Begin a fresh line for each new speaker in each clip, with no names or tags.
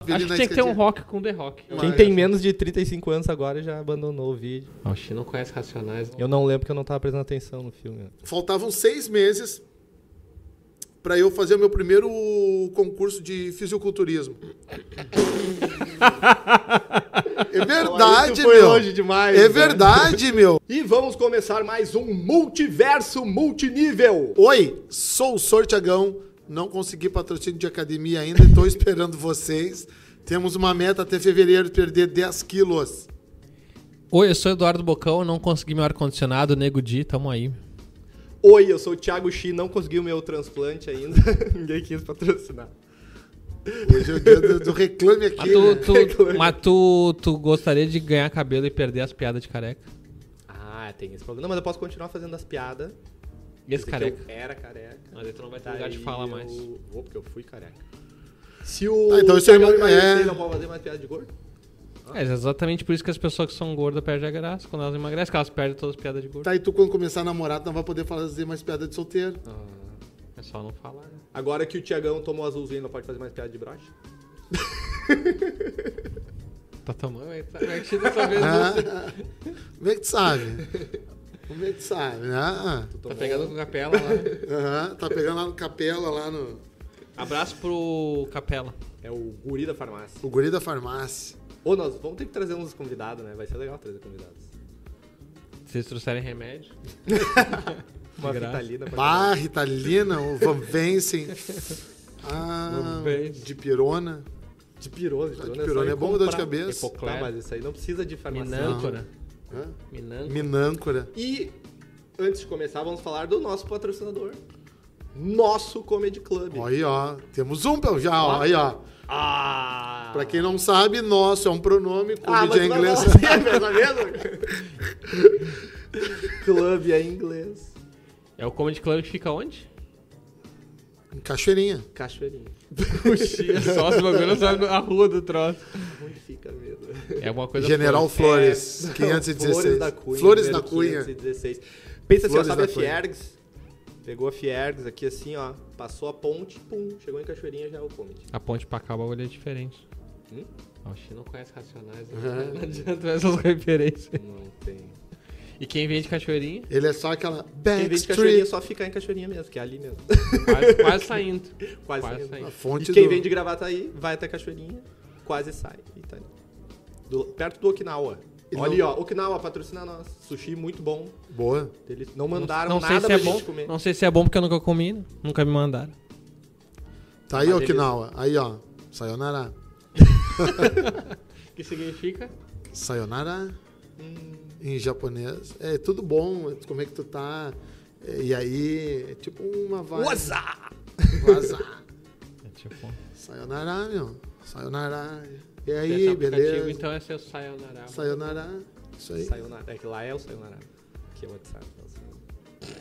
Acho que tinha que ter um rock com The Rock.
Quem tem menos de 35 anos agora já abandonou o vídeo.
Oxi, não conhece Racionais. né?
Eu não lembro porque eu não tava prestando atenção no filme.
Faltavam seis meses pra eu fazer o meu primeiro concurso de fisiculturismo. é verdade,
Isso Então, foi
meu.
longe demais.
É
né?
verdade, meu.
E vamos começar mais um multiverso multinível.
Oi, sou o Sortiagão. Não consegui patrocínio de academia ainda e tô esperando vocês. Temos uma meta até fevereiro perder 10 quilos.
Oi, eu sou Eduardo Bocão, não consegui meu ar-condicionado, nego Di, tamo aí.
Oi, eu sou o Thiago Xi, não consegui o meu transplante ainda. Ninguém quis patrocinar.
Hoje é o dia do, do reclame
Mas
Tá
aqui.
tu,
né?
tu- mas tu- tu gostaria de ganhar cabelo e perder as piadas de careca?
Ah, tem esse problema. Não, mas eu posso continuar fazendo as piadas.
E
Dizer
esse
que
careca?
eu era careca.
Mas aí tu não vai ter
Daí
lugar de falar
eu-
mais.
Vou, porque eu fui careca. Se o.
Tá, então isso aí
Thiago
é-
emagrecer, ele não pode fazer mais piada de gordo?
É exatamente por isso que as pessoas que são gordas perdem a graça. Quando elas emagrecem, que elas perdem todas as piadas de gordo.
Tá, e tu quando começar a namorar, tu não vai poder fazer mais piada de solteiro.
É só não falar. né?
Agora que o Tiagão tomou azulzinho, ele não pode fazer mais piada de broche?
Tá tomando aí, tá metido dessa vez.
Ah,
não.
Como é que tu sabe? Como é que tu sabe, né? Ah,
Tá pegando com o Capela lá.
aham, tá pegando lá no capela, lá no.
Abraço pro Capela.
É o guri da farmácia.
O guri da farmácia.
Ou nós vamos ter que trazer uns convidados, né? Vai ser legal trazer convidados.
Se eles trouxerem remédio.
Uma
graça.
vitalina pra cada um.
Bah, Ritalina, o Van Vencem. Ah,
Van Vencem.
de pirona.
De pirona, de pirona.
de pirona
só
é
ir
bom pra dor de
comprar.
cabeça.
Tá, mas isso aí não né? precisa de farmacêutico.
Minâncora.
Hã?
Minâncora.
Minâncora.
E antes de começar, vamos falar do nosso patrocinador. Nosso Comedy Club.
Ó, Aí, ó. Temos um pelo já, ó. Aí, ó.
Ah!
Pra quem não sabe, nosso é um pronome. Comedy
ah,
é
mas tu vai
inglês.
falar sempre, tá vendo? Club é em inglês.
É o Comedy Club que fica onde?
Em é Cachoeirinha.
Cachoeirinha.
Coxinha, só os bagulhos sabe a rua do troço.
Onde fica mesmo? É,
É alguma coisa.
General
foda.
Flores,
Flores
516.
da Cunha.
Flores da
número
Cunha.
516. Pensa assim, ó,
Flores
sabe
da
a
Cunha.
Fiergs? Pegou a Fiergs aqui assim, ó. Passou a ponte, pum. Chegou em Cachoeirinha, já é o Comedy.
A ponte pra cá, o bagulho é diferente.
Hum?
Oxi, não conhece Racionais, né? não adianta essas referências.
Não tem.
E quem vem de Cachoeirinha,
Ele é só aquela
Quem vem de Cachoeirinha é
Backstreet.
só ficar em Cachoeirinha mesmo, que é ali mesmo.
quase, quase saindo.
Quase,
Quase
saindo.
saindo.
A
E
fonte
quem
do...
vem de Gravataí vai até Cachoeirinha, quase sai e tá ali. Do- perto do Okinawa.
E
Olha
não-
ali, ó. Okinawa patrocina nós. Sushi muito bom.
Boa.
Eles não mandaram
não sei
nada
se é
pra gente
bom,
comer.
Não sei se é bom porque eu nunca comi, né? nunca me mandaram.
Tá aí,
Uma
Okinawa. Aí, ó. Sayonara.
O que significa? Hum.
Sayonara. Em japonês. É tudo bom. Como é que tu tá? É, E aí, é tipo uma vibe.
Waza!
Waza.
É tipo.
Sayonara, meu. Sayonara. E
esse
aí,
aplicativo,
beleza?
Então é seu Sayonara.
Sayonara. Isso aí.
Sayonara. É que lá é o Sayonara. Que é o WhatsApp. não sei.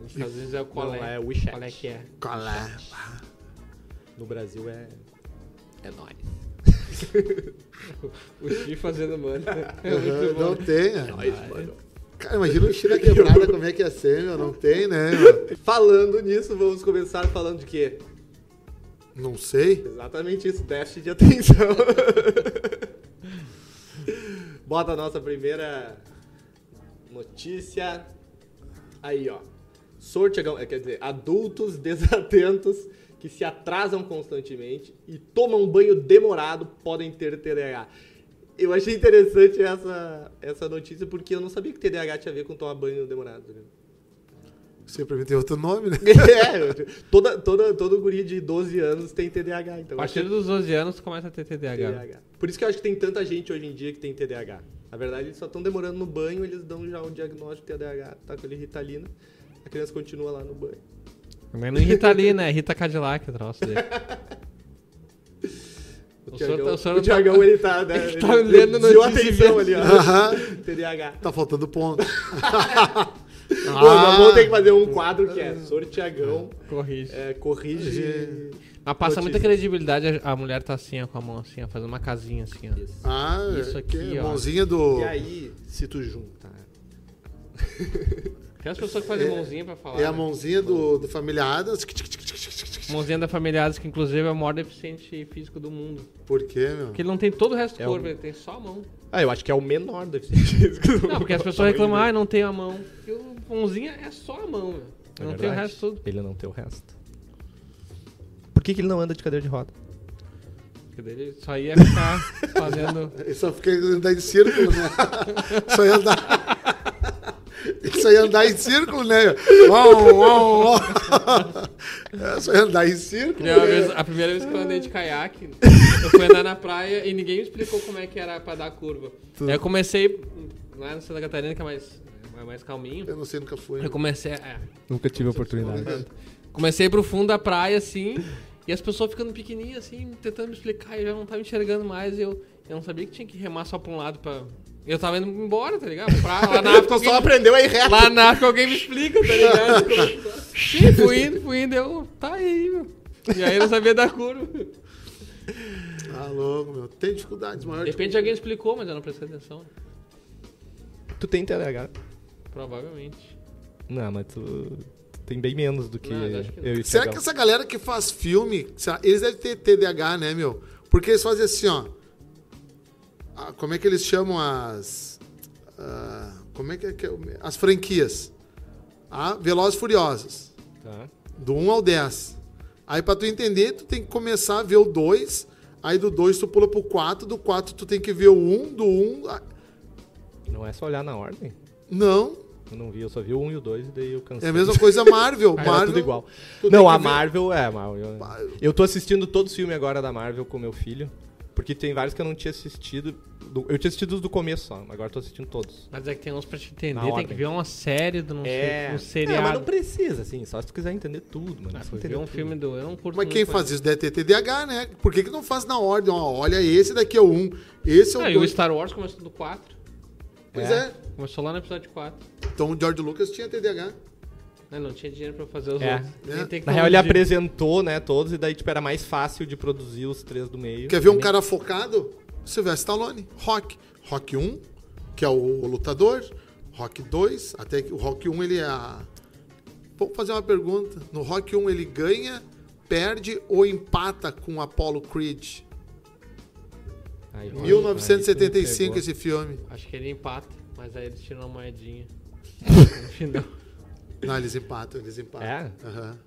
Nos Estados Unidos é o qual
Não,
é.
lá é WeChat.
Qual é que é?
Qual é?
No Brasil é.
É nóis. o Xi fazendo mano. É
Aham,
muito
Não
bom.
tem, né?
Nós, mano.
Cara, imagina o China quebrada, como é que ia ser, meu? Não tem, né? meu?
Falando nisso, vamos começar falando de quê?
Não sei.
Exatamente isso, déficit de atenção. Bota a nossa primeira notícia. Aí, ó. Sortegão, é, quer dizer, adultos desatentos que se atrasam constantemente e tomam banho demorado podem ter TDAH. Eu achei interessante essa, essa notícia porque eu não sabia que TDAH tinha a ver com tomar banho demorado. Né?
Você pra mim tem outro nome, né?
é, eu- toda, toda, todo guri de 12 anos tem TDAH. Então eu
A partir
achei-
dos 12 anos tu começa a ter TDAH.
TDAH. Por isso que eu acho que tem tanta gente hoje em dia que tem TDAH. Na verdade, eles só estão demorando no banho, eles dão já o diagnóstico de TDAH, tá com ele ritalina, a criança continua lá no banho.
Mas não irrita ali, né? Rita Cadillac, o troço dele.
O,
O
Thiagão-
senhor tá- o senhor
o
tá-
Thiagão, ele tá, né?
Ele tá lendo
desviou a
notícia.
atenção ali, ó.
Aham.
TDAH.
Tá faltando ponto.
Pô, nós vamos ter que fazer um quadro que é Sr. Tiagão
Corrige.
é, corrige...
Mas passa muita
Notícia.
credibilidade, a a mulher tá assim, ó, com a mão assim, ó, fazendo uma casinha assim, ó.
Ah,
Isso
que
aqui, ó.
mãozinha do.
E aí, se tu juntar
Aquelas pessoas que fazem mãozinha pra falar.
É a
né?
mãozinha do, do Família Adams.
Mãozinha da família Adams, que inclusive é o maior deficiente físico do mundo.
Por quê, meu?
Porque ele não tem todo o resto
É
do corpo,
um-
ele tem só a mão.
Ah, eu acho que é o menor deficiente físico do
Não, porque as pessoas reclamam, ah, eu não tenho a mão. Porque o mãozinha é só a mão, velho.
É
não tem o
verdade.
resto todo.
Ele não tem o resto. Por que, que ele não anda de cadeira de roda?
Porque daí ele só ia ficar fazendo.
Ele só fica andando em círculo, né? Só ia andar. Ele só ia andar em círculo, né? Uau, uau, uau. É, Só ia andar em círculo.
Daí uma
né?
vez- a primeira vez que eu andei de caiaque, eu fui andar na praia e ninguém me explicou como é que era pra dar a curva. Aí eu comecei lá na Santa Catarina, que é mais, é mais calminho.
Eu não sei, nunca fui. né?
Eu comecei. É,
Nunca tive oportunidade.
Comecei pro fundo da praia, assim, e as pessoas ficando pequenininhas, assim, tentando me explicar, e eu já não tava enxergando mais, e eu, eu não sabia que tinha que remar só pra um lado pra... Eu tava indo embora, tá ligado? Pra, lá na África
Tu só
alguém,
aprendeu aí reto.
lá na África alguém me explica, tá ligado? Sim, fui indo, fui indo, eu, tá aí, meu. E aí eu não sabia dar curva.
Ah, louco, meu. Tem dificuldades
De
maiores.
repente alguém explicou, mas eu não prestei atenção, né?
Tu tem TDAH?
provavelmente.
Não, mas tu, tu tem bem menos do que,
Não, eu acho que não.
eu e o
Será
Thiagão.
que essa galera que faz filme, será- eles devem ter TDAH, né, meu? Porque eles fazem assim, ó. Ah, como é que eles chamam as. ah, como é que é que é? o- As franquias. Ah, Velozes e Furiosos.
Tá.
Do 1 ao 10. Aí pra tu entender, tu tem que começar a ver o 2. Aí do 2 tu pula pro 4. Do 4 tu tem que ver o 1. Do 1. a-
Não é só olhar na ordem.
Não.
Eu não vi, eu só vi o 1 e o 2 e daí eu
É
cansei.
a mesma coisa Marvel.
Era
Marvel
tudo igual.
tu tem
Não,
que
a
ver-
Marvel é, Marvel. Eu tô assistindo todos os filmes agora da Marvel com meu filho. Porque tem vários que eu não tinha assistido. do- Eu tinha assistido os do começo só, agora eu tô assistindo todos.
Mas é que tem uns pra te entender,
Na
tem que
ordem.
ver uma série, do não
É.
sei, um
É, mas não
seriado.
precisa, assim, só se tu quiser entender tudo, mano.
Ah,
Se
foi ver
entender
um
tudo.
filme do... Eu não curto
Mas
muito,
quem faz isso deve ter TDAH, né? Por que, que não faz na ordem? Ó, olha, esse daqui é o 1, esse é o
Ah, e
2.
o Star Wars começou do 4.
Pois é.
Começou lá no episódio 4.
Então o George Lucas tinha TDAH.
Não, não tinha dinheiro pra fazer os
É.
outros. Nem
É.
tecnologia.
Na real, ele apresentou, né, todos, e daí, tipo, era mais fácil de produzir os três do meio.
Quer ver um cara focado? Sylvester Stallone, Rock. Rock 1, que é o, o lutador. Rock 2, até que o Rock 1 ele é a... Vamos fazer uma pergunta. No Rock 1 ele ganha, perde ou empata com Apollo Creed?
Aí, ó, aí
1975
tu
esse filme.
Acho que ele empata, mas aí eles tiram uma moedinha. no final.
Não, eles empatam, eles empatam.
É?
Aham.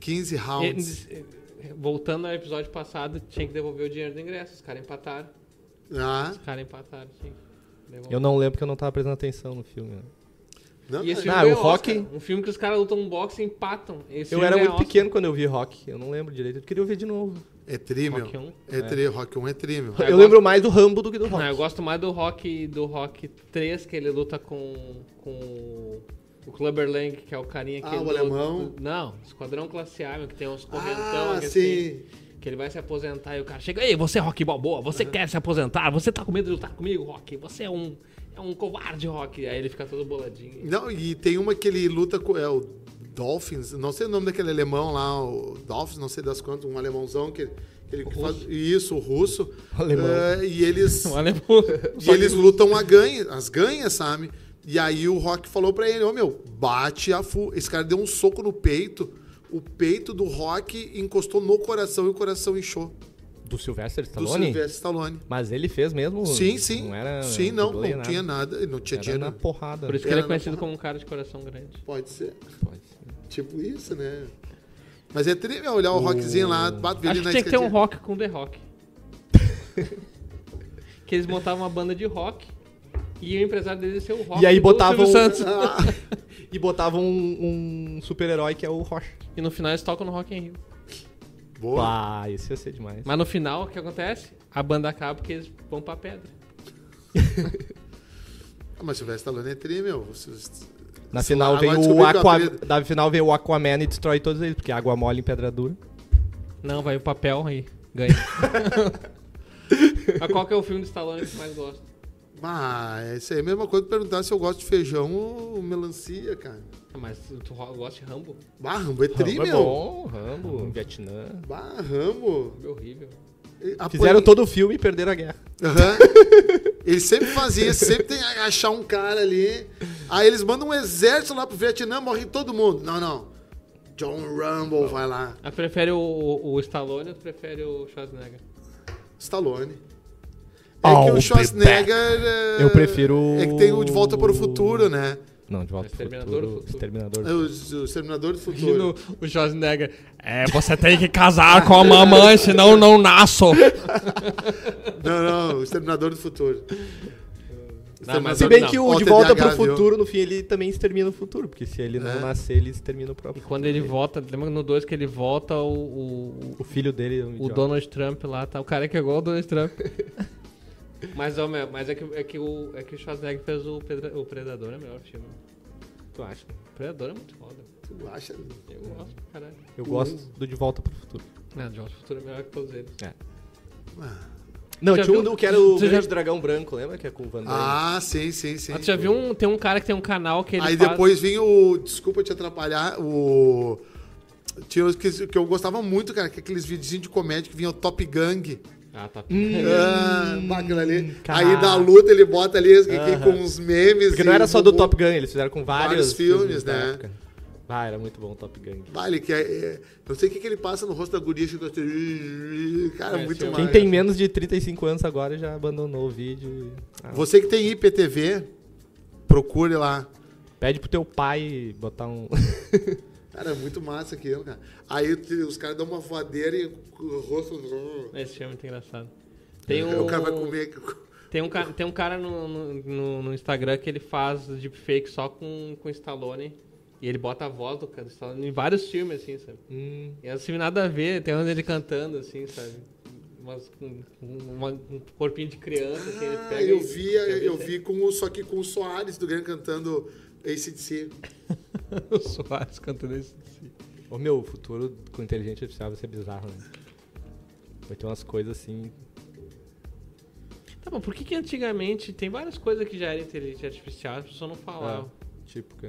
15
E-
rounds.
e- voltando ao episódio passado, tinha que devolver o dinheiro do ingresso. Os caras empataram.
Ah,
Os caras empataram, tinha que devolver.
Eu não lembro que eu não tava prestando atenção no filme. né?
não,
E esse
Ah,
filme ganhou
o Rock-
Oscar. Um filme que os caras lutam um boxe e empatam. Esse
Eu
filme é
era
ganha
muito
Oscar.
pequeno quando eu vi rock, eu não lembro direito. Eu queria ver de novo.
é tri, meu.
um,
Rock 1.
É tri, Rock 1 é tri, meu.
eu
agora-
lembro mais do Rambo do que do rock.
Não, eu gosto mais do Rock do Rock 3, que ele luta com, com o Clubber Lang, que é o carinha que
Ah, o
ele luta-
alemão.
Não, Esquadrão Classe A, meu, que tem uns correntão
Ah,
que
sim.
assim, que ele vai se aposentar e o cara chega, ei, você é Rock Balboa, você quer se aposentar? Você tá com medo de lutar comigo, Rock? Você é um é um covarde, Rock. Aí ele fica todo boladinho.
Não, e tem uma que ele luta com. É o Dolphins, não sei o nome daquele alemão lá, o Dolphins, não sei das quantas, um alemãozão que, que ele que faz. Isso, o russo.
Alemão.
Eh, e eles.
alemão.
E eles lutam a ganha, as ganhas, sabe? E aí o Rock falou pra ele, ô meu, bate a fu. Esse cara deu um soco no peito. O peito do Rock encostou no coração e o coração inchou.
Do Sylvester
Do
Stallone?
Sylvester Stallone.
Mas ele fez mesmo?
Sim, sim.
Não era.
sim, não,
dublê,
não tinha nada. Não tinha
Era na
dinheiro.
porrada.
Por isso que
Era
ele é
na
conhecido
porra.
como um cara de coração grande.
Pode ser.
Pode ser.
Tipo isso, né? Mas é tri, meu, olhar o rockzinho lá, bato
Acho
ele
que
na
tinha que ter um
esquerda.
rock com The Rock. que eles montavam uma banda de rock e o empresário deles ia ser o rock.
E aí um-
do
botavam-
um
Silvio Santos.
Ah,
E botava um, um super-herói que é o Rocha.
E no final eles tocam no Rock in Rio.
Boa.
Ah, isso ia ser demais.
Mas no final, o que acontece? A banda acaba porque eles vão pra pedra.
Ah, Mas o Sylvester Stallone é tri, meu. Você-
na
sei
final
lá,
vem
agora descobri
o
que eu
Aqua...
aprendi-
Na final vem o Aquaman e destrói todos eles, porque é água mole em pedra dura.
Não, vai o papel aí. Ganha. Mas qual que é o filme do Stallone que você mais gosta?
Ah, isso aí é a mesma coisa que perguntar se eu gosto de feijão ou melancia, cara.
Ah, mas tu ro- gosta de Rambo?
Bah, Rambo é tri,
Rambo é
meu.
bom, Rambo, Vietnã.
Bah, Rambo.
Filme horrível.
Apanhei-
Fizeram todo o filme e perderam a guerra.
Aham. Ele sempre fazia, sempre tem que achar um cara ali. Aí eles mandam um exército lá pro Vietnã, morre todo mundo. Não, não. John Rumble vai lá.
Ah, prefere o, o, o Stallone ou prefere o Schwarzenegger?
Stallone. É
I'll
que o
be
Schwarzenegger. é-
Ah, Eu prefiro
É que tem o De Volta para o Futuro, né?
Não, de volta pro
Exterminador do
futuro.
Futuro.
Exterminador
É
do
O, o Exterminador do Futuro.
Imagina o- o Schwarzenegger. É, você tem que casar com a mamãe, senão eu não nasço.
Não, não, o Exterminador do Futuro.
Não, mas
Se bem
Não.
que o
Ó,
De
TDAH,
Volta pro
viu?
Futuro, no fim, ele também extermina o futuro. Porque se ele não
É.
nascer, ele extermina o
E
próprio.
quando ele volta, lembra no 2 que ele volta, o, o,
O filho dele é um
o
idiota.
Donald Trump lá, tá? O cara que é igual o Donald Trump. mas, ó, meu, mas é, que, é, que o, é que o Schwarzenegger fez o, Pedra- o Predador, é o melhor filme.
Tu acha?
O Predador é muito foda.
Tu acha?
Eu gosto pra caralho.
Eu
Hum.
gosto do De Volta pro Futuro.
Não, John Futuro é melhor que todos eles.
Não,
Já
tinha um
viu?
do que era o
Você já-
Grande Dragão Branco, lembra? Que é com o Van Damme.
Ah, sim, sim, sim.
Ah, tu já viu um. Tem um cara que tem um canal que ele.
Aí
faz-
depois vinha o. Desculpa te atrapalhar, o. Tinha uns que, que eu gostava muito, cara, que é aqueles videozinhos de comédia que vinha o Top Gang.
Ah, tá.
Ah, bacana ali.
Hum, cara.
Aí da luta ele bota ali que- que com uns memes.
Porque
e
não
um
era só do
humor.
Top Gun, eles fizeram com vários,
Vários filmes,
da
né?
época. Ah, era muito bom o Top Gun.
Ah, ele quer. é, não sei o que, que ele passa no rosto da guria. Fica... assim, Cara, muito
Quem
mal.
Quem tem menos de 35 anos agora já abandonou o vídeo. e- Ah,
Você que tem IPTV, procure lá.
Pede pro teu pai botar um.
Cara, é muito massa aquilo, cara. Aí te- os caras dão uma voadeira e o rosto.
Esse filme é muito engraçado. Tem um.
É, O cara vai comer.
Tem um, ca- tem um cara no, no- no- no Instagram que ele faz deepfake só com, com Stallone. E ele bota a voz do, cara, do Stallone em vários filmes, assim, sabe?
Hum.
E é um filme nada a ver, tem um dele cantando, assim, sabe? Umas, um, uma- um corpinho de criança, assim, ele
Ah,
pega.
eu
e-
vi,
quer ver
eu
se é-
vi com o, só que com o Soares do Grêmio cantando ACDC.
o Soares cantando isso.
Ô meu, o futuro com inteligência artificial vai ser bizarro, né? Vai ter umas coisas assim.
Tá bom, por que, que antigamente tem várias coisas que já era inteligência artificial, as pessoas não falavam?
Tipo, que-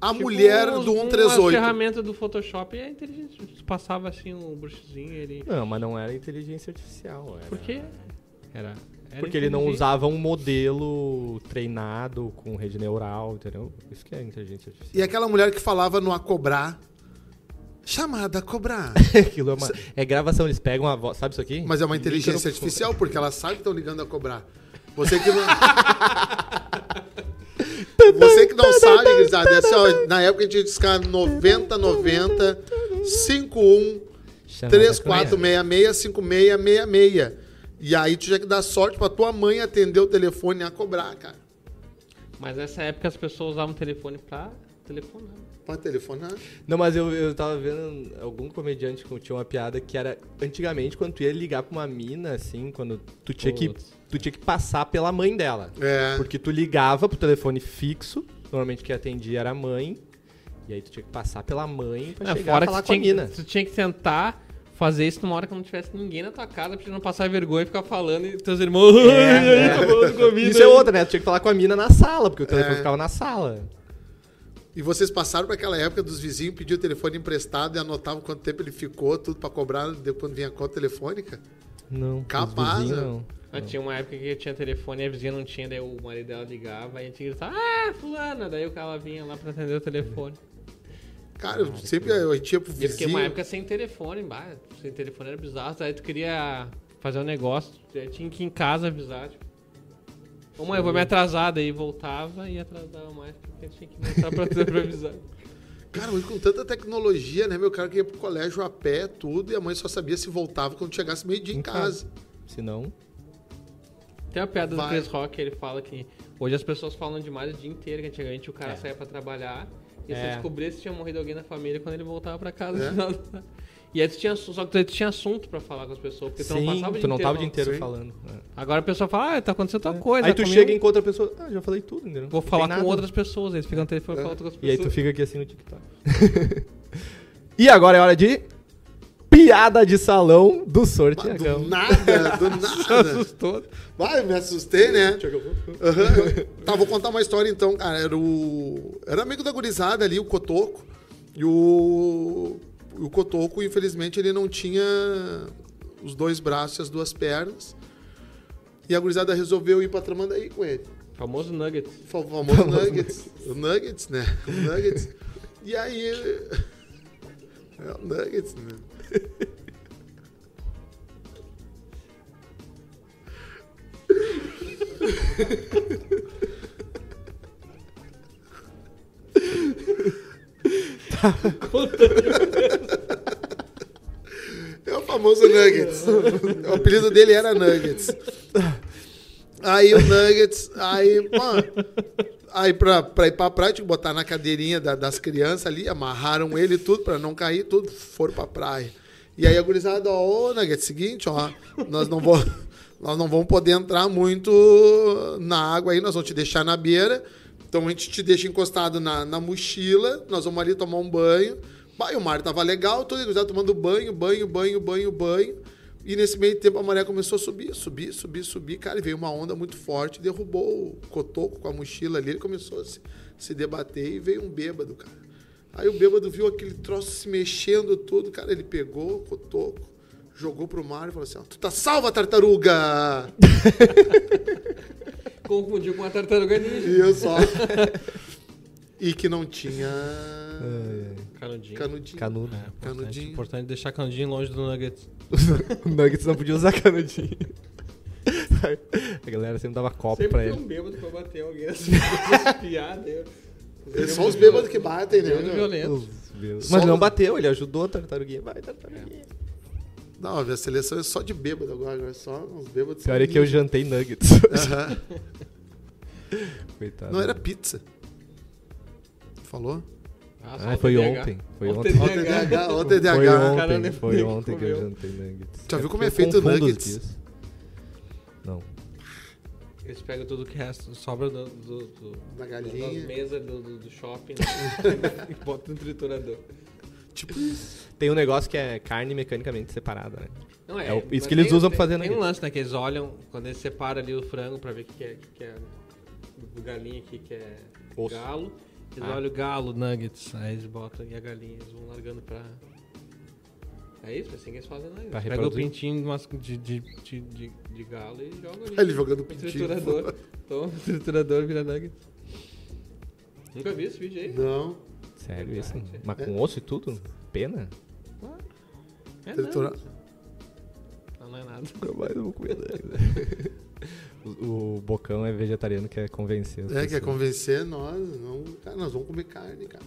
A
Tipo,
É. mulher
os-
do
Uma
138.
ferramenta do Photoshop é inteligente. Passava assim um bruxozinho ele.
Não, mas não era inteligência artificial. Era...
Por quê? Era. era
Porque ele não
inteligente.
usava um modelo treinado com rede neural, entendeu? Isso que é inteligência artificial.
E aquela mulher que falava no A Cobrar. Chamada a cobrar.
Aquilo é uma. É gravação, eles pegam a voz. Sabe isso aqui?
Mas é uma
Liga
inteligência
no-
artificial, porque ela sabe que estão ligando a cobrar. Você que não. Você que não sabe, Grisada, é assim, ó, na época a gente discar 90 90 51
Chamada
3466-5666. E aí tu tinha que dar sorte pra tua mãe atender o telefone a cobrar, cara.
Mas nessa época as pessoas usavam o telefone pra telefonar.
Pra telefonar.
Não, mas eu, eu tava vendo algum comediante que tinha uma piada que era antigamente quando tu ia ligar pra uma mina, assim, quando tu tinha que,
Putz.
tu tinha que passar pela mãe dela.
É.
Porque tu ligava pro telefone fixo, normalmente quem atendia era a mãe, e aí tu tinha que passar pela mãe pra
É,
chegar
fora
a falar
que
com a
tu tinha,
mina.
que- tu tinha que tentar fazer isso numa hora que não tivesse ninguém na tua casa pra tu não passar vergonha e ficar falando e teus irmãos.
É,
tá falando comigo.
Isso é outra, né? Tu tinha que falar com a mina na sala, porque o telefone
É.
ficava na sala.
E vocês passaram pra aquela época dos vizinhos pedir o telefone emprestado e anotavam quanto tempo ele ficou, tudo pra cobrar depois quando vinha a conta telefônica?
Não. os
Capaz,
vizinhos,
né?
não.
Ah, Tinha uma época que tinha telefone e a vizinha não tinha, daí o marido dela ligava e a gente gritava, ah, fulana! Daí o cara vinha lá pra atender o telefone.
Cara, eu sempre eu tinha pro
E eu fiquei
vizinho.
uma época sem telefone, bah, sem telefone era bizarro, aí tu queria fazer um negócio, aí tinha que ir em casa avisar, tipo. Ô mãe, eu vou me atrasar, daí voltava e atrasava mais, porque eu tinha que voltar pra tudo pra avisar.
Cara, hoje com tanta tecnologia, né? Meu cara que ia pro colégio a pé, tudo, e a mãe só sabia se voltava quando chegasse meio-dia em
Em
Então,
casa.
casa. Se não,
Tem uma piada
Vai.
do Chris Rock, ele fala que hoje as pessoas falam demais o dia inteiro, que antigamente o cara saía pra trabalhar e
É.
você descobria se tinha morrido alguém na família quando ele voltava pra casa.
É.
no final da tarde. E aí tu tinha, assu- só que tu tinha assunto pra falar com as pessoas, porque tu não
sim,
passava o
tu
dia
não
inteiro.
tava o dia inteiro
Sim.
falando. né?
Agora a pessoa fala, ah, tá acontecendo tua coisa.
aí tu
comigo-
chega e encontra a pessoa, ah, já falei tudo, entendeu?
Vou
Não tem
falar
nada. É.
com outras pessoas, eles ficam no telefone falando com outras
E aí tu
pessoas.
fica aqui assim no TikTok. e agora é hora de piada de salão do
Mas
sorteagão.
do nada, do nada.
assustou.
Vai, me assustei, né? Aham. Tá, vou contar uma história então, cara. Era o. Era amigo da gurizada ali, o Cotoco. E o. O Cotoco, infelizmente, ele não tinha os dois braços e as duas pernas. E a gurizada resolveu ir pra Tramandaí com ele.
Famoso Nuggets.
O famoso Nuggets. O Nuggets, né? O Nuggets. E aí. É o Nuggets, né? É o famoso Nuggets. O apelido dele era Nuggets. Aí o Nuggets, aí, mano, aí pra, pra ir pra praia, botar na cadeirinha da- das crianças ali, amarraram ele e tudo pra não cair, tudo, foram pra praia. E aí a gurizada, ó, ô Nuggets, seguinte, ó, nós não vamos, nós não vamos poder entrar muito na água aí, nós vamos te deixar na beira, então a gente te deixa encostado na, na mochila, nós vamos ali tomar um banho. Bah, e o mar tava legal, todo gurizada tomando banho, banho, banho, banho, banho. E nesse meio tempo a maré começou a subir, subir, subir, subir, cara, e veio uma onda muito forte, derrubou o cotoco com a mochila ali, ele começou a se, se debater e veio um bêbado, cara. Aí o bêbado viu aquele troço se mexendo tudo, cara, ele pegou o cotoco, jogou pro mar e falou assim, ó, tu tá salva, tartaruga!
Confundiu com a tartaruga ninja.
E eu só... e que não tinha
Canudinho.
canudinho.
É, Canudo.
Canudinho.
Importante deixar canudinho longe do Nuggets.
o Nuggets não podia usar canudinho. a galera sempre dava copo
Sempre
pra
tem
ele.
um bêbado pra bater alguém assim, essas piadas. eu-
É só os bêbados que batem, né?
Bêbado um violento.
Mas
Só-
não bateu, ele ajudou a tartaruguinha. Vai, tartaruguinha.
Não, a seleção é só de bêbado agora, agora é só uns bêbados.
Pior é que eu jantei nuggets.
Aham. É.
Coitado.
Não era pizza. Falou?
Ah, só
Ah,
o
foi
TDAH.
ontem. Foi
Ó o
ontem.
TDAH.
Ó, TDAH, ó,
Foi um-
TDAH.
Cara,
ontem,
nem
foi
fui
ontem que
comer.
eu jantei nuggets.
Já viu como
porque
é feito
eu confundo os
nuggets?
dias. Não.
Eles pegam tudo que resta, sobra do, do, do-
Na
das
galinha.
mesas do, do- do shopping né? e bota
um
no triturador.
Tipo isso.
Tem um negócio que é carne mecanicamente separada, né?
Não,
É o- isso
mas
que eles
tem-
usam pra
tem-
fazer
Tem um
nuggets.
lance, né? Que eles olham, quando eles separam ali o frango pra ver o que, que é, que, que é do galinha aqui, que é
Osso.
galo. Eles
Ah.
olham o galo, nuggets, aí eles botam e a galinha, eles vão largando pra... É isso, é assim que eles fazem nuggets.
Pra
Pega o
reproduzir.
pintinho de, umas- de, de, de, de- de galo e joga ali.
Ele jogando
Um
pintinho.
triturador. Toma, um triturador vira nuggets. Nunca vi esse vídeo aí.
Não.
Sério, isso?
É.
Verdade.
Mas com osso e tudo? Pena?
É
Tritura...
Não, não é nada.
Nunca mais eu vou comer nuggets. o, o Bocão é vegetariano, quer convencer. as
É, quer
pessoas.
convencer nós. Não... Cara, nós vamos comer carne, cara.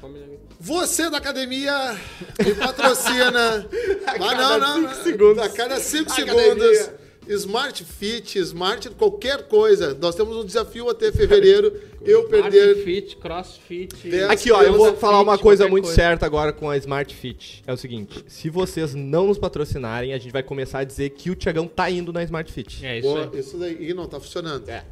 Come nuggets.
Você da academia me patrocina. Mas não, não. não. A cada 5
Academia.
segundos. Smart Fit, Smart qualquer coisa. Nós temos um desafio até fevereiro. Eu perder.
Fit, crossfit.
Dez-
Aqui, ó, eu
é
vou
Criança
falar
fit,
uma coisa
qualquer
muito
coisa.
certa agora com a Smart Fit. É o seguinte, se vocês não nos patrocinarem, a gente vai começar a dizer que o Tiagão tá indo na Smart Fit.
É isso
Boa,
aí.
isso daí. E não tá funcionando.
É.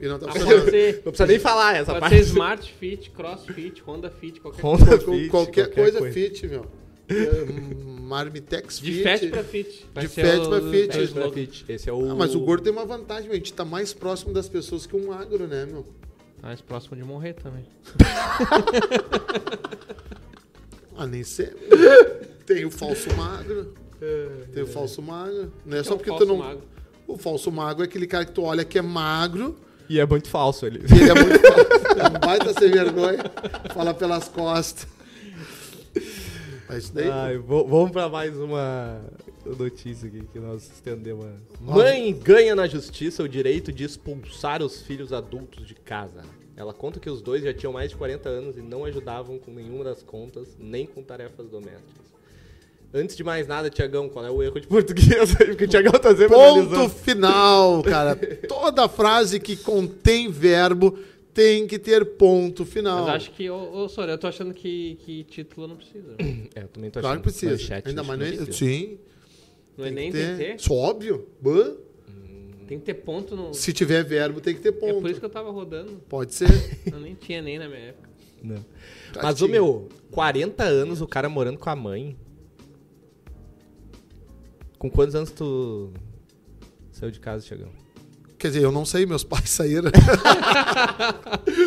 E não tá
Ah,
funcionando.
pode ser,
Não precisa nem falar essa
pode
parte.
ser Smart Fit, Crossfit, Honda Fit, qualquer coisa.
Honda
Com
Fit,
qualquer, coisa, fit, meu. É, Marmitex
De
fit.
fat pra fit. Vai
De
ser
fat
o-
pra fit.
vai ser o-
Smart Fit. Esse é o...
né? Ah, mas o gordo tem uma vantagem, meu. A gente tá mais próximo das pessoas que um agro, né, meu?
Tá mais próximo de morrer também.
Ah, nem sempre. tem o falso magro.
É,
Tem o falso magro. Não é só
um
porque tu
falso
não.
magro.
O falso magro é aquele cara que tu olha que é magro
E é muito falso ele.
e ele é muito falso. É um baita sem vergonha. Fala pelas costas. Mas isso daí.
Ai, vo- vamos pra mais uma notícia aqui que nós estendemos. a- Mãe ganha na justiça o direito de expulsar os filhos adultos de casa. Ela conta que os dois já tinham mais de 40 anos e não ajudavam com nenhuma das contas, nem com tarefas domésticas. Antes de mais nada, Tiagão, qual é o erro de português? aí? Porque o Tiagão tá sempre
Ponto
analisando.
final, cara. Toda frase que contém verbo tem que ter ponto final.
Mas acho que, ô, ô Sora, eu tô achando que, que título não precisa.
É, eu também tô
Claro
achando
que precisa.
manchete,
Ainda
acho
mais é
que não
no...
precisa.
Sim.
No Enem
que
tem
ter.
que ter.
Isso, é óbvio. Bã.
Tem que ter ponto no.
Se tiver verbo, tem que ter
É
ponto.
por isso que eu tava rodando.
Pode ser.
Eu nem tinha Enem na minha época.
Não. Né? Mas, o
Tadinho.
meu, 40 anos o cara morando com a mãe. Com quantos anos tu saiu de casa, Tiagão?
Quer dizer, eu não saí, meus pais saíram.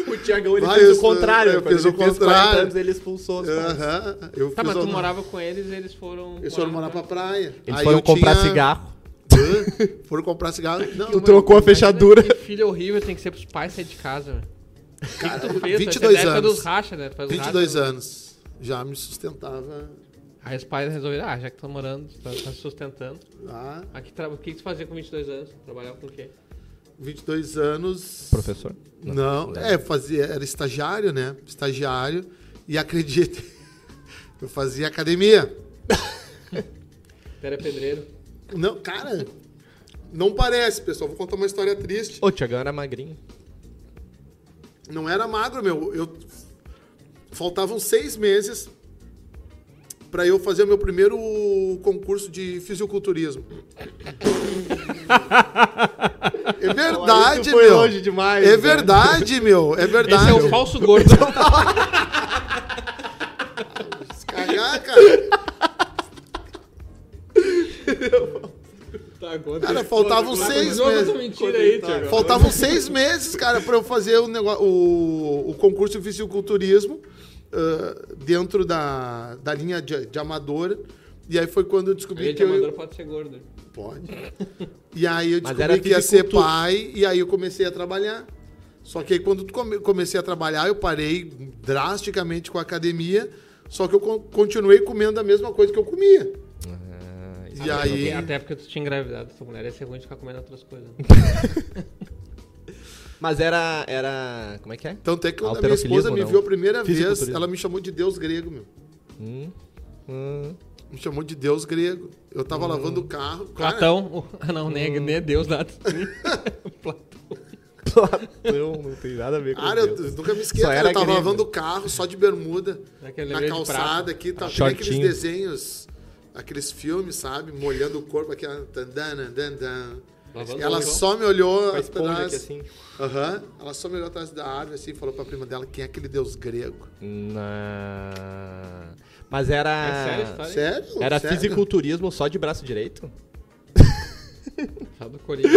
O Tiagão,
ele Vários, fez o contrário, né?
Eu
eu Quando fiz ele
fiz
o
o
fez 40
contrário.
contrário. anos,
ele expulsou
Aham. Eu
Tá,
fiz
mas tu
uma-
morava com eles e eles foram.
Eles foram morar pra praia.
Eles
Aí
foram
eu
comprar
tinha-
cigarro.
Vietnã, foram comprar cigarro. Não,
Tu
mas-
trocou a fechadura.
Que filho é horrível tem que ser pros pais sair de casa, velho.
cara,
Tu fez,
22
essa é da época
anos.
dos racha, né? Faz os
22
racha.
anos. Já me sustentava.
Aí os pais resolveram, ah, já que estão morando, tá, tá se sustentando.
Ah,
Aqui, tra... O que que tu fazia com 22 anos? Trabalhava com o quê?
22 anos.
Professor?
Não, é, fazia, era estagiário, né? Estagiário. E acredita, eu fazia academia.
Tu era é pedreiro.
Não, cara, não parece, pessoal. Vou contar uma história triste.
Ô, Tiagão era magrinho.
Não era magro, meu. Eu faltavam seis meses pra eu fazer o meu primeiro concurso de fisiculturismo. É verdade,
Isso foi
meu.
longe demais.
É
né?
verdade, meu. É verdade.
Esse é o falso gordo.
Se cagar, cara.
tá, agora.
Cara, faltavam seis meses.
mentira aí, Thiago.
Faltavam seis meses, cara, pra eu fazer o, negócio, o, o concurso de fisiculturismo ah, dentro da, da linha de, de amadora. E um aí foi quando eu descobri
Ele
que
de
eu...
amador pode ser gordo.
Pode. E aí eu
Mas
descobri
era
que ia ser
fisicultura.
pai, e aí eu comecei a trabalhar. Só que aí quando tu come- comecei a trabalhar, eu parei drasticamente com a academia, só que eu con- continuei comendo a mesma coisa que eu comia.
Ah, é
e
Até
aí...
porque- Até porque tu tinha engravidado, tua mulher ia ser ruim de ficar comendo outras coisas. né?
Mas era. era. Como é que é?
Tanto é que quando a minha
Alterofilismo,
esposa me
não.
viu a primeira vez,
Fisiculturismo.
ela me chamou de Deus grego, meu.
Hum, hum.
Me chamou de Deus grego. Eu tava lavando o carro. Cara,
tá.
Platão. Ah, não, nem, é- nem é Deus lá. Platão.
Platão, não tem nada a ver com
Cara,
isso.
eu eu nunca me esqueço.
Só
cara,
era
Eu tava
grego.
lavando o carro só de bermuda.
Daquele
na
lembrete
calçada aqui. Tá, tem
Shortinho.
aqueles desenhos, aqueles filmes, sabe? Molhando o corpo aqui. ó, tan, dan, dan, dan, dan.
Lavando
Ela
o chão.
só me olhou
Com a
atrás.
esponja aqui assim.
Aham. Ela só me olhou atrás da árvore assim e falou pra prima dela quem é aquele deus grego.
Na- Mas era.
É sério a história?
Sério?
Era
Sério?
fisiculturismo só de braço direito?
Só do Corinthians.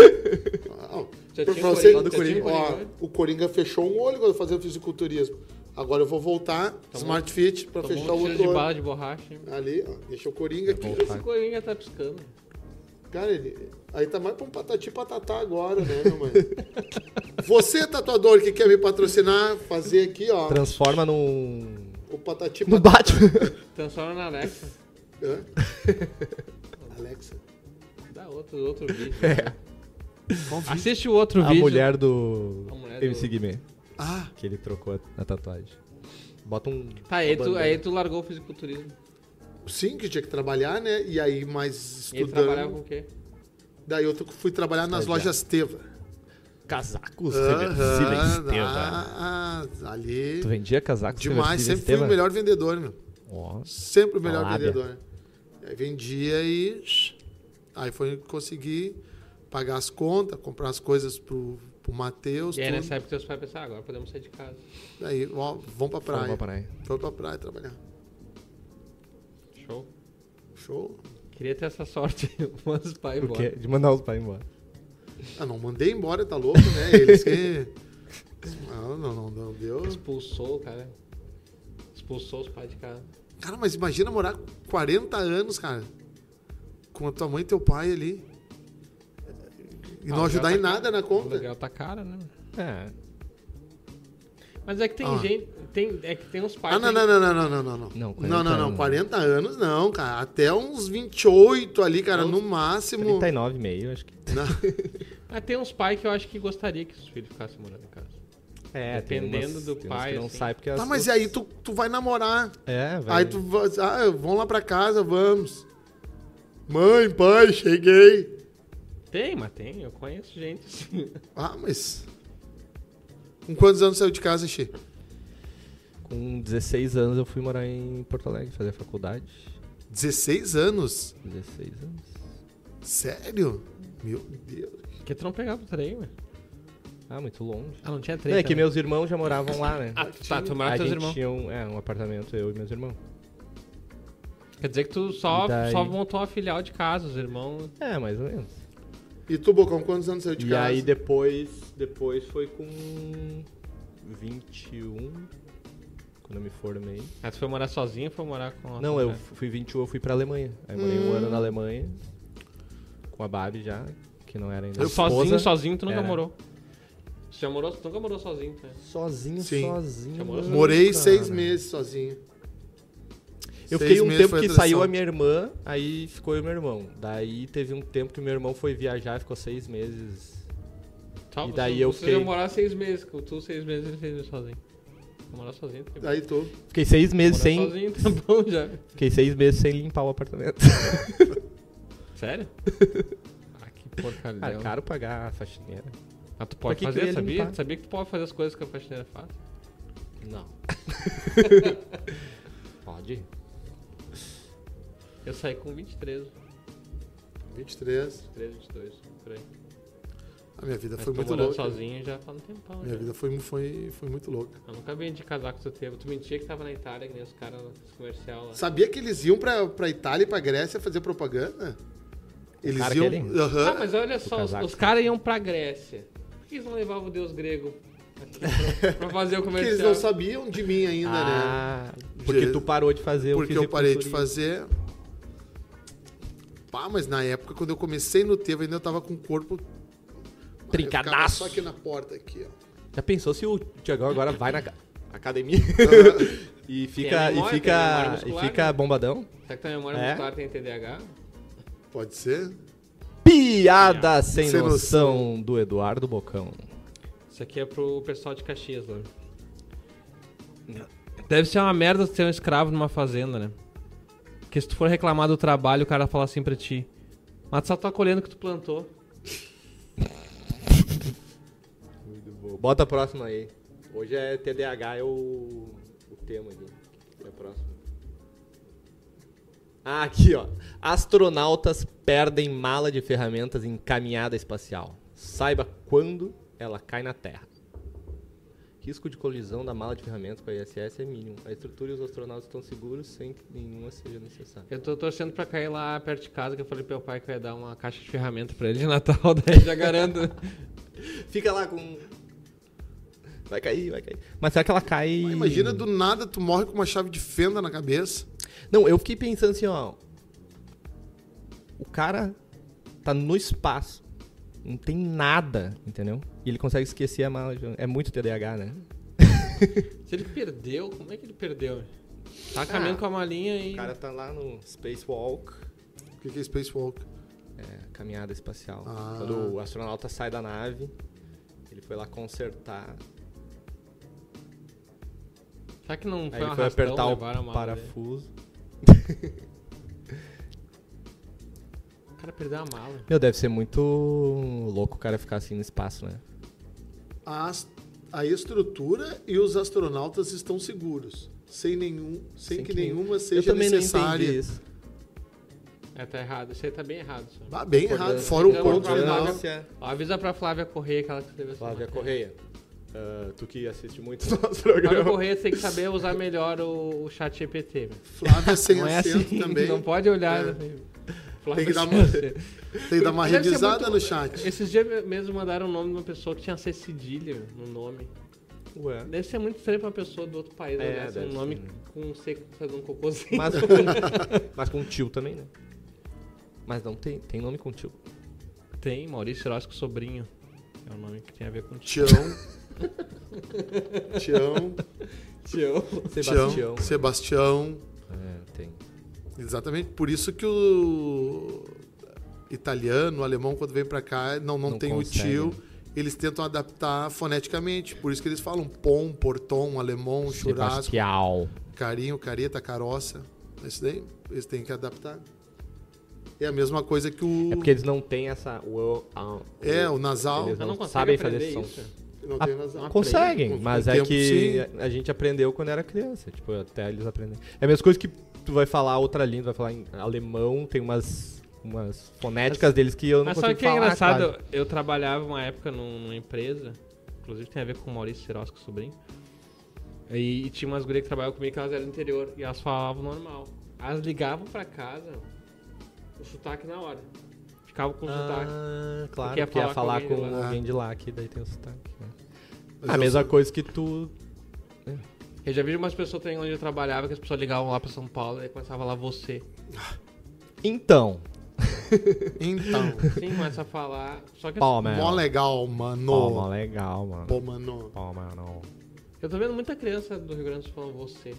Uau.
Já
Pra-
tinha
pra
o
você-
Coringa, já tinha o
ó,
Coringa, né?
o Coringa fechou um olho quando fazia o fisiculturismo. Agora eu vou voltar, Smart Fit, pra fechar o
Tomou um tiro
outro
de
olho.
bala de borracha.
Ali, ó, deixa o
É
Coringa aqui.
Esse Coringa tá piscando.
Cara, ele, aí tá mais pra um patati e patatá agora, né, meu mãe? Você, tatuador, que quer me patrocinar, fazer aqui, ó,
Transforma num.
o patati e
No
patatá.
Batman.
Transforma na Alexa.
Hã? Alexa.
Dá outro, outro vídeo.
É.
Assiste o outro
A
vídeo.
mulher do.
A mulher
MC
do-
Guimê.
Ah,
Que ele trocou a- a tatuagem. Bota um.
Tá, aí
uma
tu,
bandana.
aí tu largou o fisiculturismo.
sim, que tinha que trabalhar, né? E aí, mais
E ele
estudando.
trabalhava com o quê?
Daí eu fui trabalhar nas
Estagiário.
lojas Teva.
Casacos reversíveis,
Aham,
Estevam.
ah, ali...
Tu vendia casacos
Demais,
reversíveis,
sempre fui o
Estevam?
melhor vendedor, meu.
Ó,
Sempre o melhor
Lábia.
vendedor. né? Aí vendia e. Aí foi conseguir pagar as contas, comprar as coisas pro, pro Matheus.
E aí
tudo.
nessa época teus pais pensaram, ah, agora podemos sair de casa.
Aí, ó, vamos pra praia.
vamos pra praia.
Foi pra praia trabalhar.
Show.
Show.
Queria ter essa sorte. Manda os pais
Por quê?
embora.
De mandar os pais embora.
Ah, não mandei embora, tá louco, né? Eles que. Não, não, não, não deu.
Expulsou o cara. Expulsou os pais de casa.
Cara, mas imagina morar 40 anos, cara. Com a tua mãe e teu pai ali. E
Ah,
não
o
ajudar em
aluguel tá
nada na
O
conta.
aluguel tá caro, né?
É.
Mas é que tem
Ah.
gente. Tem, é que tem uns pais.
Ah, não,
que-
não, não, não, não, não, não, não.
Não,
Não,
40
não, não,
anos.
40 anos não, cara. Até uns 28 ali, cara, no máximo.
39,5, acho que.
Não.
Mas tem uns pais que eu acho que gostaria que os filhos ficassem morando em casa.
É,
Dependendo do
tem
pai,
que não
assim.
sai porque as-
Tá, mas e aí tu, tu vai namorar.
É, velho.
Aí tu vai. Ah, vamos lá pra casa, vamos. Mãe, pai, cheguei.
Tem, mas tem. Eu conheço gente. assim.
Ah, mas. Com quantos anos saiu de casa, Xê?
Com 16 anos eu fui morar em Porto Alegre, fazer faculdade.
16 anos?
16 anos.
Sério? Meu Deus.
Porque tu não pegava o trem, velho.
Ah, muito longe.
Ah, não tinha trem.
Não, é que
também.
meus irmãos já moravam lá, né?
Ah, tá, tu
a
morava com teus
gente
irmãos.
tinha um, é, um apartamento, eu e meus irmãos.
Quer dizer que tu só,
E daí?
só montou uma filial de casa, os irmãos.
É, mais ou menos.
E tu, Bocão, quantos anos saiu de
e
casa?
aí depois, depois foi com 21, quando eu me formei.
Aí tu foi morar sozinho ou foi morar com. a
é.
Não,
tua
eu
cara?
um
Hum.
fui 21, eu fui pra Alemanha. Aí morei um ano na Alemanha. Com com a Babi já, que não era ainda.
Eu
esposa.
sozinho, sozinho, tu nunca
Era.
morou. Tu já morou, tu nunca morou sozinho, né?
Sozinho,
Sim.
sozinho.
Chamou-
mano,
Morei
cara.
seis meses sozinho.
Eu
Seis
fiquei um
meses
tempo
foi
que
atração.
saiu a minha irmã, aí ficou eu e meu irmão. Daí teve um tempo que meu irmão foi viajar, ficou seis meses.
Tá,
E daí
você,
eu
você
fiquei-
ia morar seis meses, com tu seis meses, ele seis meses sozinho. Vou morar sozinho. tá bom.
Aí tô.
Fiquei seis meses
Morar
sem.
sozinho, tá bom já.
Fiquei seis meses sem limpar o apartamento.
Sério? ah, que porcaria.
Cara, é caro pagar a faxineira.
Mas tu pode
Pra que que eu
fazer,
ia
sabia?
limpar?
Sabia que tu pode fazer as coisas que a faxineira faz?
Não. Pode?
Eu saí com 23,
23.
23, 22, por aí.
A minha vida
Mas
foi
tô
muito
morando
louca.
sozinho já tá um tempão.
Minha
já.
vida foi, foi, foi muito louca.
Eu nunca vendi casaco do teu. Tu mentia que tava na Itália, que nem os caras os comercial lá.
Sabia que eles iam pra, pra Itália e pra Grécia fazer propaganda? Eles
cara
iam.
querendo.
Aham.
Ah, mas olha só, os,
casaco.
os caras iam pra Grécia. Por que eles não levavam o deus grego aqui pra, pra fazer o
Porque
comercial?
eles não sabiam de mim ainda, né?
Ah, porque
De-
tu parou de fazer
Porque eu parei de fazer. Pá, mas na época, quando eu comecei no Teva, ainda eu tava com o corpo.
Trincadaço.
Eu ficava Só aqui na porta, aqui, ó.
Já pensou se o Tiagão agora vai na ca- academia e fica,
Tem a memória, tem a
e
memória
fica,
muscular,
e fica
né?
bombadão?
Será que tua memória
É?
muscular tem TDAH?
Pode ser?
Piada sem,
Sem
noção, do Eduardo Bocão.
Isso aqui é pro pessoal de Caxias né? lá. Deve ser uma merda ser um escravo numa fazenda, né? Porque se tu for reclamar do trabalho, o cara fala assim pra ti: Mas tu só tá colhendo o que tu plantou.
Bota a próxima aí.
Aí. Hoje é TDAH, é o, o tema aqui. É o próximo.
Ah, aqui, ó. Astronautas perdem mala de ferramentas em caminhada espacial. Saiba quando ela cai na Terra. Risco de colisão da mala de ferramentas com a ISS é mínimo. A estrutura e os astronautas estão seguros sem que nenhuma seja necessária.
Eu tô torcendo pra cair lá perto de casa, que eu falei pro meu pai que eu ia dar uma caixa de ferramenta pra ele de Natal, daí já garanto.
Fica lá com. Vai cair, vai cair. Mas será que ela cai.
Mas imagina do nada tu morre com uma chave de fenda na cabeça.
Não, eu fiquei pensando assim, ó. O cara tá no espaço. Não tem nada, entendeu? E ele consegue esquecer a mala. de- É muito TDAH, né?
Se ele perdeu, como é que ele perdeu?
Ah.
Tá caminhando com a malinha e.
O Ah. cara tá lá no Spacewalk.
O que que é Spacewalk?
É, caminhada espacial.
Ah.
Quando o astronauta sai da nave, ele foi lá consertar.
Será que não foi
aí
um
ele foi
arrastão,
apertar o
levaram a mala dele?
parafuso.
O cara perdeu a mala.
Meu, deve ser muito louco o cara ficar assim no espaço, né?
A, as- a estrutura e os astronautas estão seguros. Sem nenhum, sem,
Sem
que,
que nenhum-
nenhuma seja
eu também não
necessária.
entendi isso.
É, tá errado. Isso aí tá bem errado. só.
Ah, bem errado, fora
É
o
Não,
ponto
não,
final.
não. Ó, avisa pra Flávia Correia, aquela que teve essa
Flávia
matéria.
Correia. ah, tu que assiste muito nosso
Flávia
programa.
Correia tem que saber usar melhor o, o chat GPT. meu.
Flávia sem
Não é
acento
assim,
também.
não pode olhar.
É.
assim.
Tem que dar
sem
uma-
acento.
Tem que dar uma
Deve ser
revisada
muito-
no chat.
Esses dias mesmo mandaram o nome de uma pessoa que tinha C cedilha no nome.
Ué.
Deve ser muito estranho pra uma pessoa do outro país
É,
olhar assim, um
deve
nome com um C fazendo um cocôzinho.
Mas com, mas com tio também, né? Mas não tem, tem nome com tio.
Tem, Maurício Orozco Sobrinho. É um nome que tem a ver com
Tião. Tião.
Tião.
Sebastião.
Tião. Sebastião.
É, tem.
Exatamente. Por isso que o italiano, o alemão, quando vem pra cá, não, não,
Não
tem
consegue.
o tio. Eles tentam adaptar foneticamente. Por isso que eles falam pom, portom, alemão, churrasco,
Sebastião.
carinho, careta, caroça. Isso daí eles têm que adaptar. É a mesma coisa que o.
É porque eles não têm essa. o- a- o-
É, o nasal.
Eles
Eu não
não
consigo
sabem
aprender
fazer som.
isso.
Não tem nasal.
Conseguem,
Com
mas
o
é
tempo,
que
sim.
a, a gente aprendeu quando era criança. Tipo, até eles aprendem. É a mesma coisa que tu vai falar outra língua, vai falar em alemão, tem umas, umas fonéticas deles que eu não
Mas
consigo
sabe o que é
falar,
engraçado?
quase.
Eu, eu trabalhava uma época num- numa empresa, inclusive tem a ver com o Maurício Sirosco, sobrinho. E, e tinha umas gurias que trabalhavam comigo que elas eram do interior e elas falavam normal. Elas ligavam pra casa, o sotaque na hora. Ficavam com o sotaque.
Ah, claro,
Porque ia
porque ia
falar
falar
com
com,
alguém de
lá.
alguém de lá, que daí tem o sotaque. né?
Mas é
A
eu-
mesma coisa que tu
Eu já vi umas pessoas também onde eu trabalhava que as pessoas ligavam lá pra São Paulo e começava lá você.
Então,
Então,
Sim, mas a falar. Só que
Palma.
mó legal, mano.
Palma, é? legal, mano.
Pô, mano.
Palma, não.
assim,
eu tô vendo muita criança do Rio Grande do Sul falando você.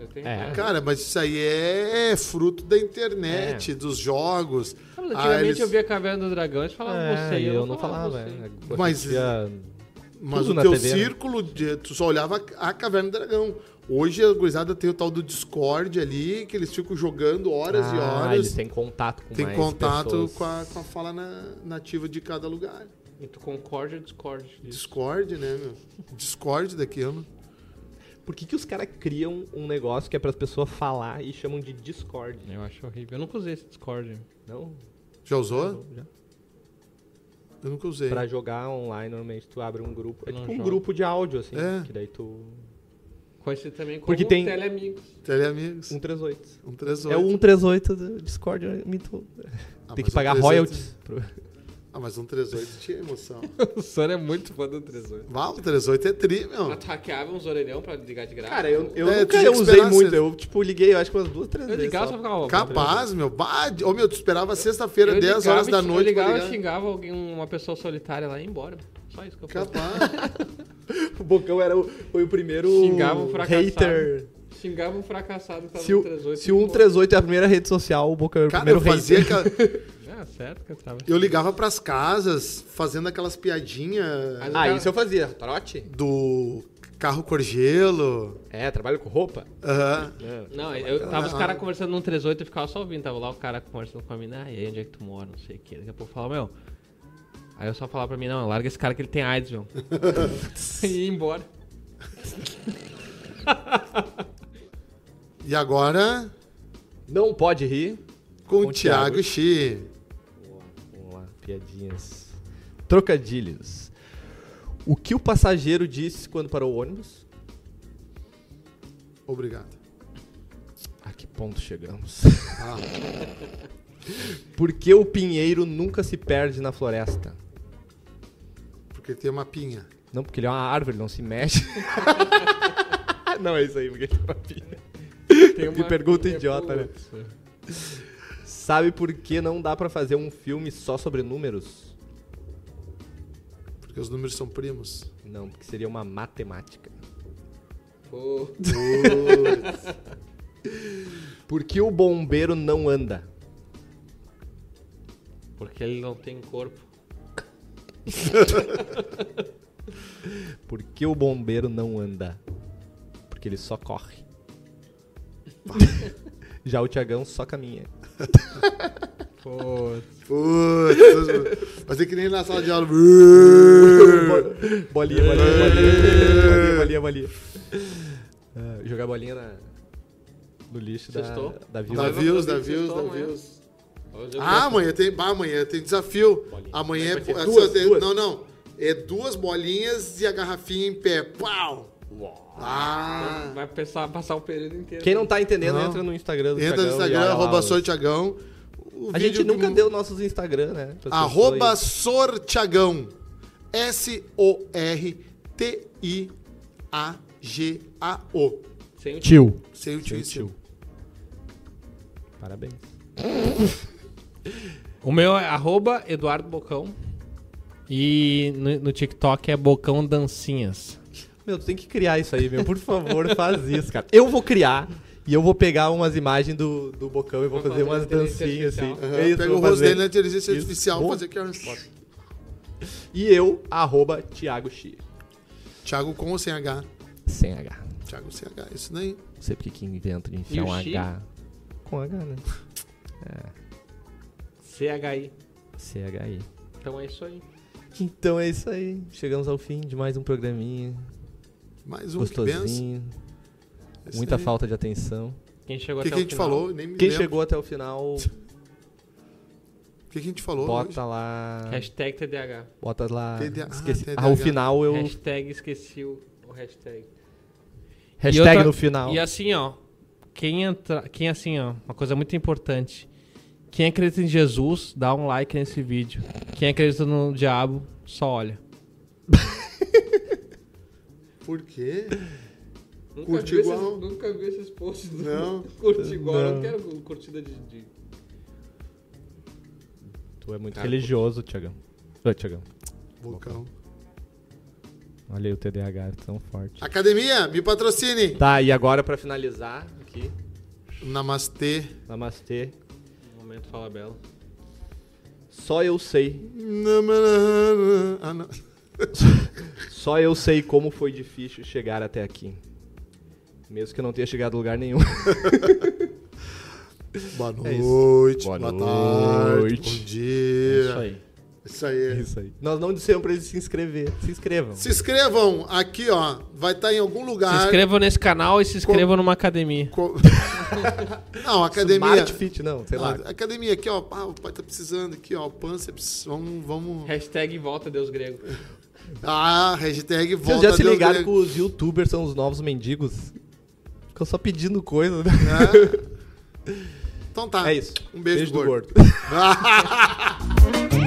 Eu tenho
É.
várias.
Cara, mas isso aí é fruto da
É.
internet, dos jogos.
Ah, mas
Ah,
antigamente
eles-
eu via Caverna do Dragão e eles falavam você. e
É, eu,
eu
não falava.
você.
é.
Mas-
Assistia-
Mas
Tudo
o
na
teu
TV, né?
círculo, de, tu só olhava a Caverna do Dragão. Hoje a gurizada tem o tal do Discord ali, que eles ficam jogando horas e
Ah,
horas.
Eles têm contato com
Tem
mais
contato
pessoas.
com a, com a fala na- nativa de cada lugar.
E tu concorda ou discorda disso?
Discord, né, meu? Discord daquilo.
Por que, que os caras criam um negócio que é pras pessoas falar e chamam de Discord?
Eu acho horrível. Eu nunca usei esse Discord.
Não?
Já usou?
Já.
Eu nunca usei.
Pra jogar online, normalmente tu abre um grupo. É
Não
tipo um
joga.
grupo de áudio, assim.
É.
Que daí tu.
Conheci também como
Porque tem-
Teleamigos.
Teleamigos.
138.
Um 38.
É o 138 do Discord, é muito.
Ah, mas
Tem que
um
pagar
38
royalties. pro-
Ah, mas um 38 tinha emoção.
O Sora é muito fã do Tesouro.
Vá, um 38 é tri, meu.
Mas hackeava uns orelhão pra ligar de graça.
Cara, eu, eu
É, tu
nunca
tinha que
usei
esperar
muito.
ser-
Eu, tipo, liguei, eu acho que umas duas, três
Eu
vezes.
ligava só
só.
pra ficar. ó,
Capaz, meu. Bah, de- Ô, meu, tu esperava sexta-feira,
um Eu
10
ligava
horas
e-
da noite.
Eu ligava
tá
pra
e
ligar.
xingava alguém, uma pessoa solitária lá e ia embora. Só isso que eu fazia.
Capaz.
O Bocão era o, foi o primeiro
Xingava o fracassado.
hater.
Xingava um fracassado que tava
Se
no
o,
38.
se o 138 é a primeira rede social, o Bocão era o
Cara,
primeiro
eu fazia
hater.
aquela...
Ah, certo que eu tava.
Eu ligava pras casas fazendo aquelas piadinhas
Mas
Ah,
cara-
isso eu fazia. Trote?
do carro corgelo.
É, trabalho com roupa.
Aham.
É.
Não, eu tava os caras conversando num 38 e ficava só ouvindo. Tava lá o cara conversando com a mina, ah, e aí onde é que tu mora, não sei o que. Daqui a pouco eu falava, meu. Aí eu só falava pra mim, não, larga esse cara que ele tem AIDS, meu. e ia embora.
E agora,
Não pode rir.
com
Com
o
o
Thiago
Thiago.
Xi.
Vamos lá, piadinhas. Trocadilhos. O que o passageiro disse quando parou o ônibus?
Obrigado.
A que ponto chegamos?
Ah,
Por que o pinheiro nunca se perde na floresta?
porque tem uma pinha.
Não, porque ele é uma árvore, ele não se mexe. não é isso aí, porque ele é uma pinha.
Tem
Que pergunta idiota, né? Sabe por que não dá pra fazer um filme só sobre números?
Porque os números são primos.
Não, porque seria uma matemática.
Pô,
Por que o bombeiro não anda?
porque ele não tem corpo.
Por que o bombeiro não anda? Porque ele só corre. Já o Tiagão só caminha.
Pô,
Putz, fazer é que nem na sala de aula.
bolinha, bolinha, bolinha, bolinha, bolinha, bolinha. Ah, jogar bolinha na- no lixo da,
Sextou?
da
Dá
vila.
views, dá
Vocês
views,
estão
dá
amanhã?
views.
Hoje eu
Ah, amanhã tem, bah, amanhã tem desafio. Amanhã é.
Vai ser
é-
duas,
é-
duas.
Não, não. É duas bolinhas e a garrafinha em pé. Pau! Ah!
Vai pensar, passar o período inteiro.
Quem não tá entendendo,
Não.
entra no Instagram do
Entra
Tiagão
no
e
Instagram,
olha lá
arroba
os-
sortiagão. O
A
vídeo
gente nunca
que-
deu nossos Instagram, né? pras
Arroba
pessoas.
sortiagão. S-O-R-T-I-A-G-A-O.
Sem o
Tio.
Sem o tio. em cima.
Tio. Parabéns.
O meu é arroba Eduardo Bocão. E no, no TikTok é Bocão Dancinhas.
Meu, tu tem que criar isso aí, meu. Por favor, faz isso, cara. Eu vou criar e eu vou pegar umas imagens do, do Bocão e vou
Vou
fazer
fazer
umas
inteligência
dancinhas assim.
artificial.
Aham,
É isso,
Pega
vou
o rosto
fazer.
dele né? na inteligência
Isso.
artificial,
Boa.
fazer aqui. um ó.
E eu, arroba Thiago X.
Thiago com ou sem H?
Sem H.
Thiago sem H, isso daí.
Não sei porque que inventa de
E
enfiar
o
um
Xi?
H. Com H, né?
CHI.
CHI.
Então é isso aí.
Então é isso aí. Chegamos ao fim de mais um programinha.
Mais um que
gostosinho.
pensa. Isso
Muita
daí.
falta de atenção.
Quem
O
chegou
que, que
até
a
o
gente
final.
falou? Nem me
Quem
lembro.
chegou até o final,
O que, que a gente falou? hoje?
bota lá.
Hashtag TDH.
Bota lá.
TDA,
Esqueci.
TDAH.
Ah, o final eu.
Hashtag esqueci o, o hashtag.
Hashtag
E outra-
no final.
E assim, ó. Quem entra, quem assim, ó, uma coisa muito importante. Quem acredita em Jesus, dá um like nesse vídeo. Quem acredita no diabo, só olha.
Por quê?
Nunca
Curte
vi
igual. Né?
Esses, nunca vi esses posts do
Não.
curte igual. Eu
Não.
não quero curtida de, de-
Tu é muito
Religioso, Tiagão. Ô, Tiagão.
Vulcão.
Olha aí o TDAH, tão forte.
Academia, me patrocine.
Tá, e agora pra finalizar aqui,
Namastê.
namastê.
Momento fala belo.
Só eu sei,
Namana- Ah, não.
só eu sei como foi difícil chegar até aqui. Mesmo que eu não tenha chegado a lugar nenhum.
Boa noite,
É Boa
boa, tarde,
noite.
bom dia.
Isso aí.
Isso aí.
É Isso aí. É. Nós não dissemos pra eles se inscrever. Se inscrevam.
Se inscrevam aqui, ó. Vai estar em algum lugar.
Se inscrevam nesse canal e se inscrevam numa academia.
Co- Não, academia.
Smart Fit, não, sei
Ah,
lá.
academia aqui, ó. Ah, o pai tá precisando aqui, ó. Pânceps. Vamos, vamos.
Hashtag volta Deus grego.
Ah, hashtag volta.
Vocês já se
Deus
ligaram
grego.
que os youtubers são os novos mendigos? Ficam só pedindo coisa, né?
É. Então tá.
É isso.
Um beijo,
Beijo
do
do
gordo.
gordo.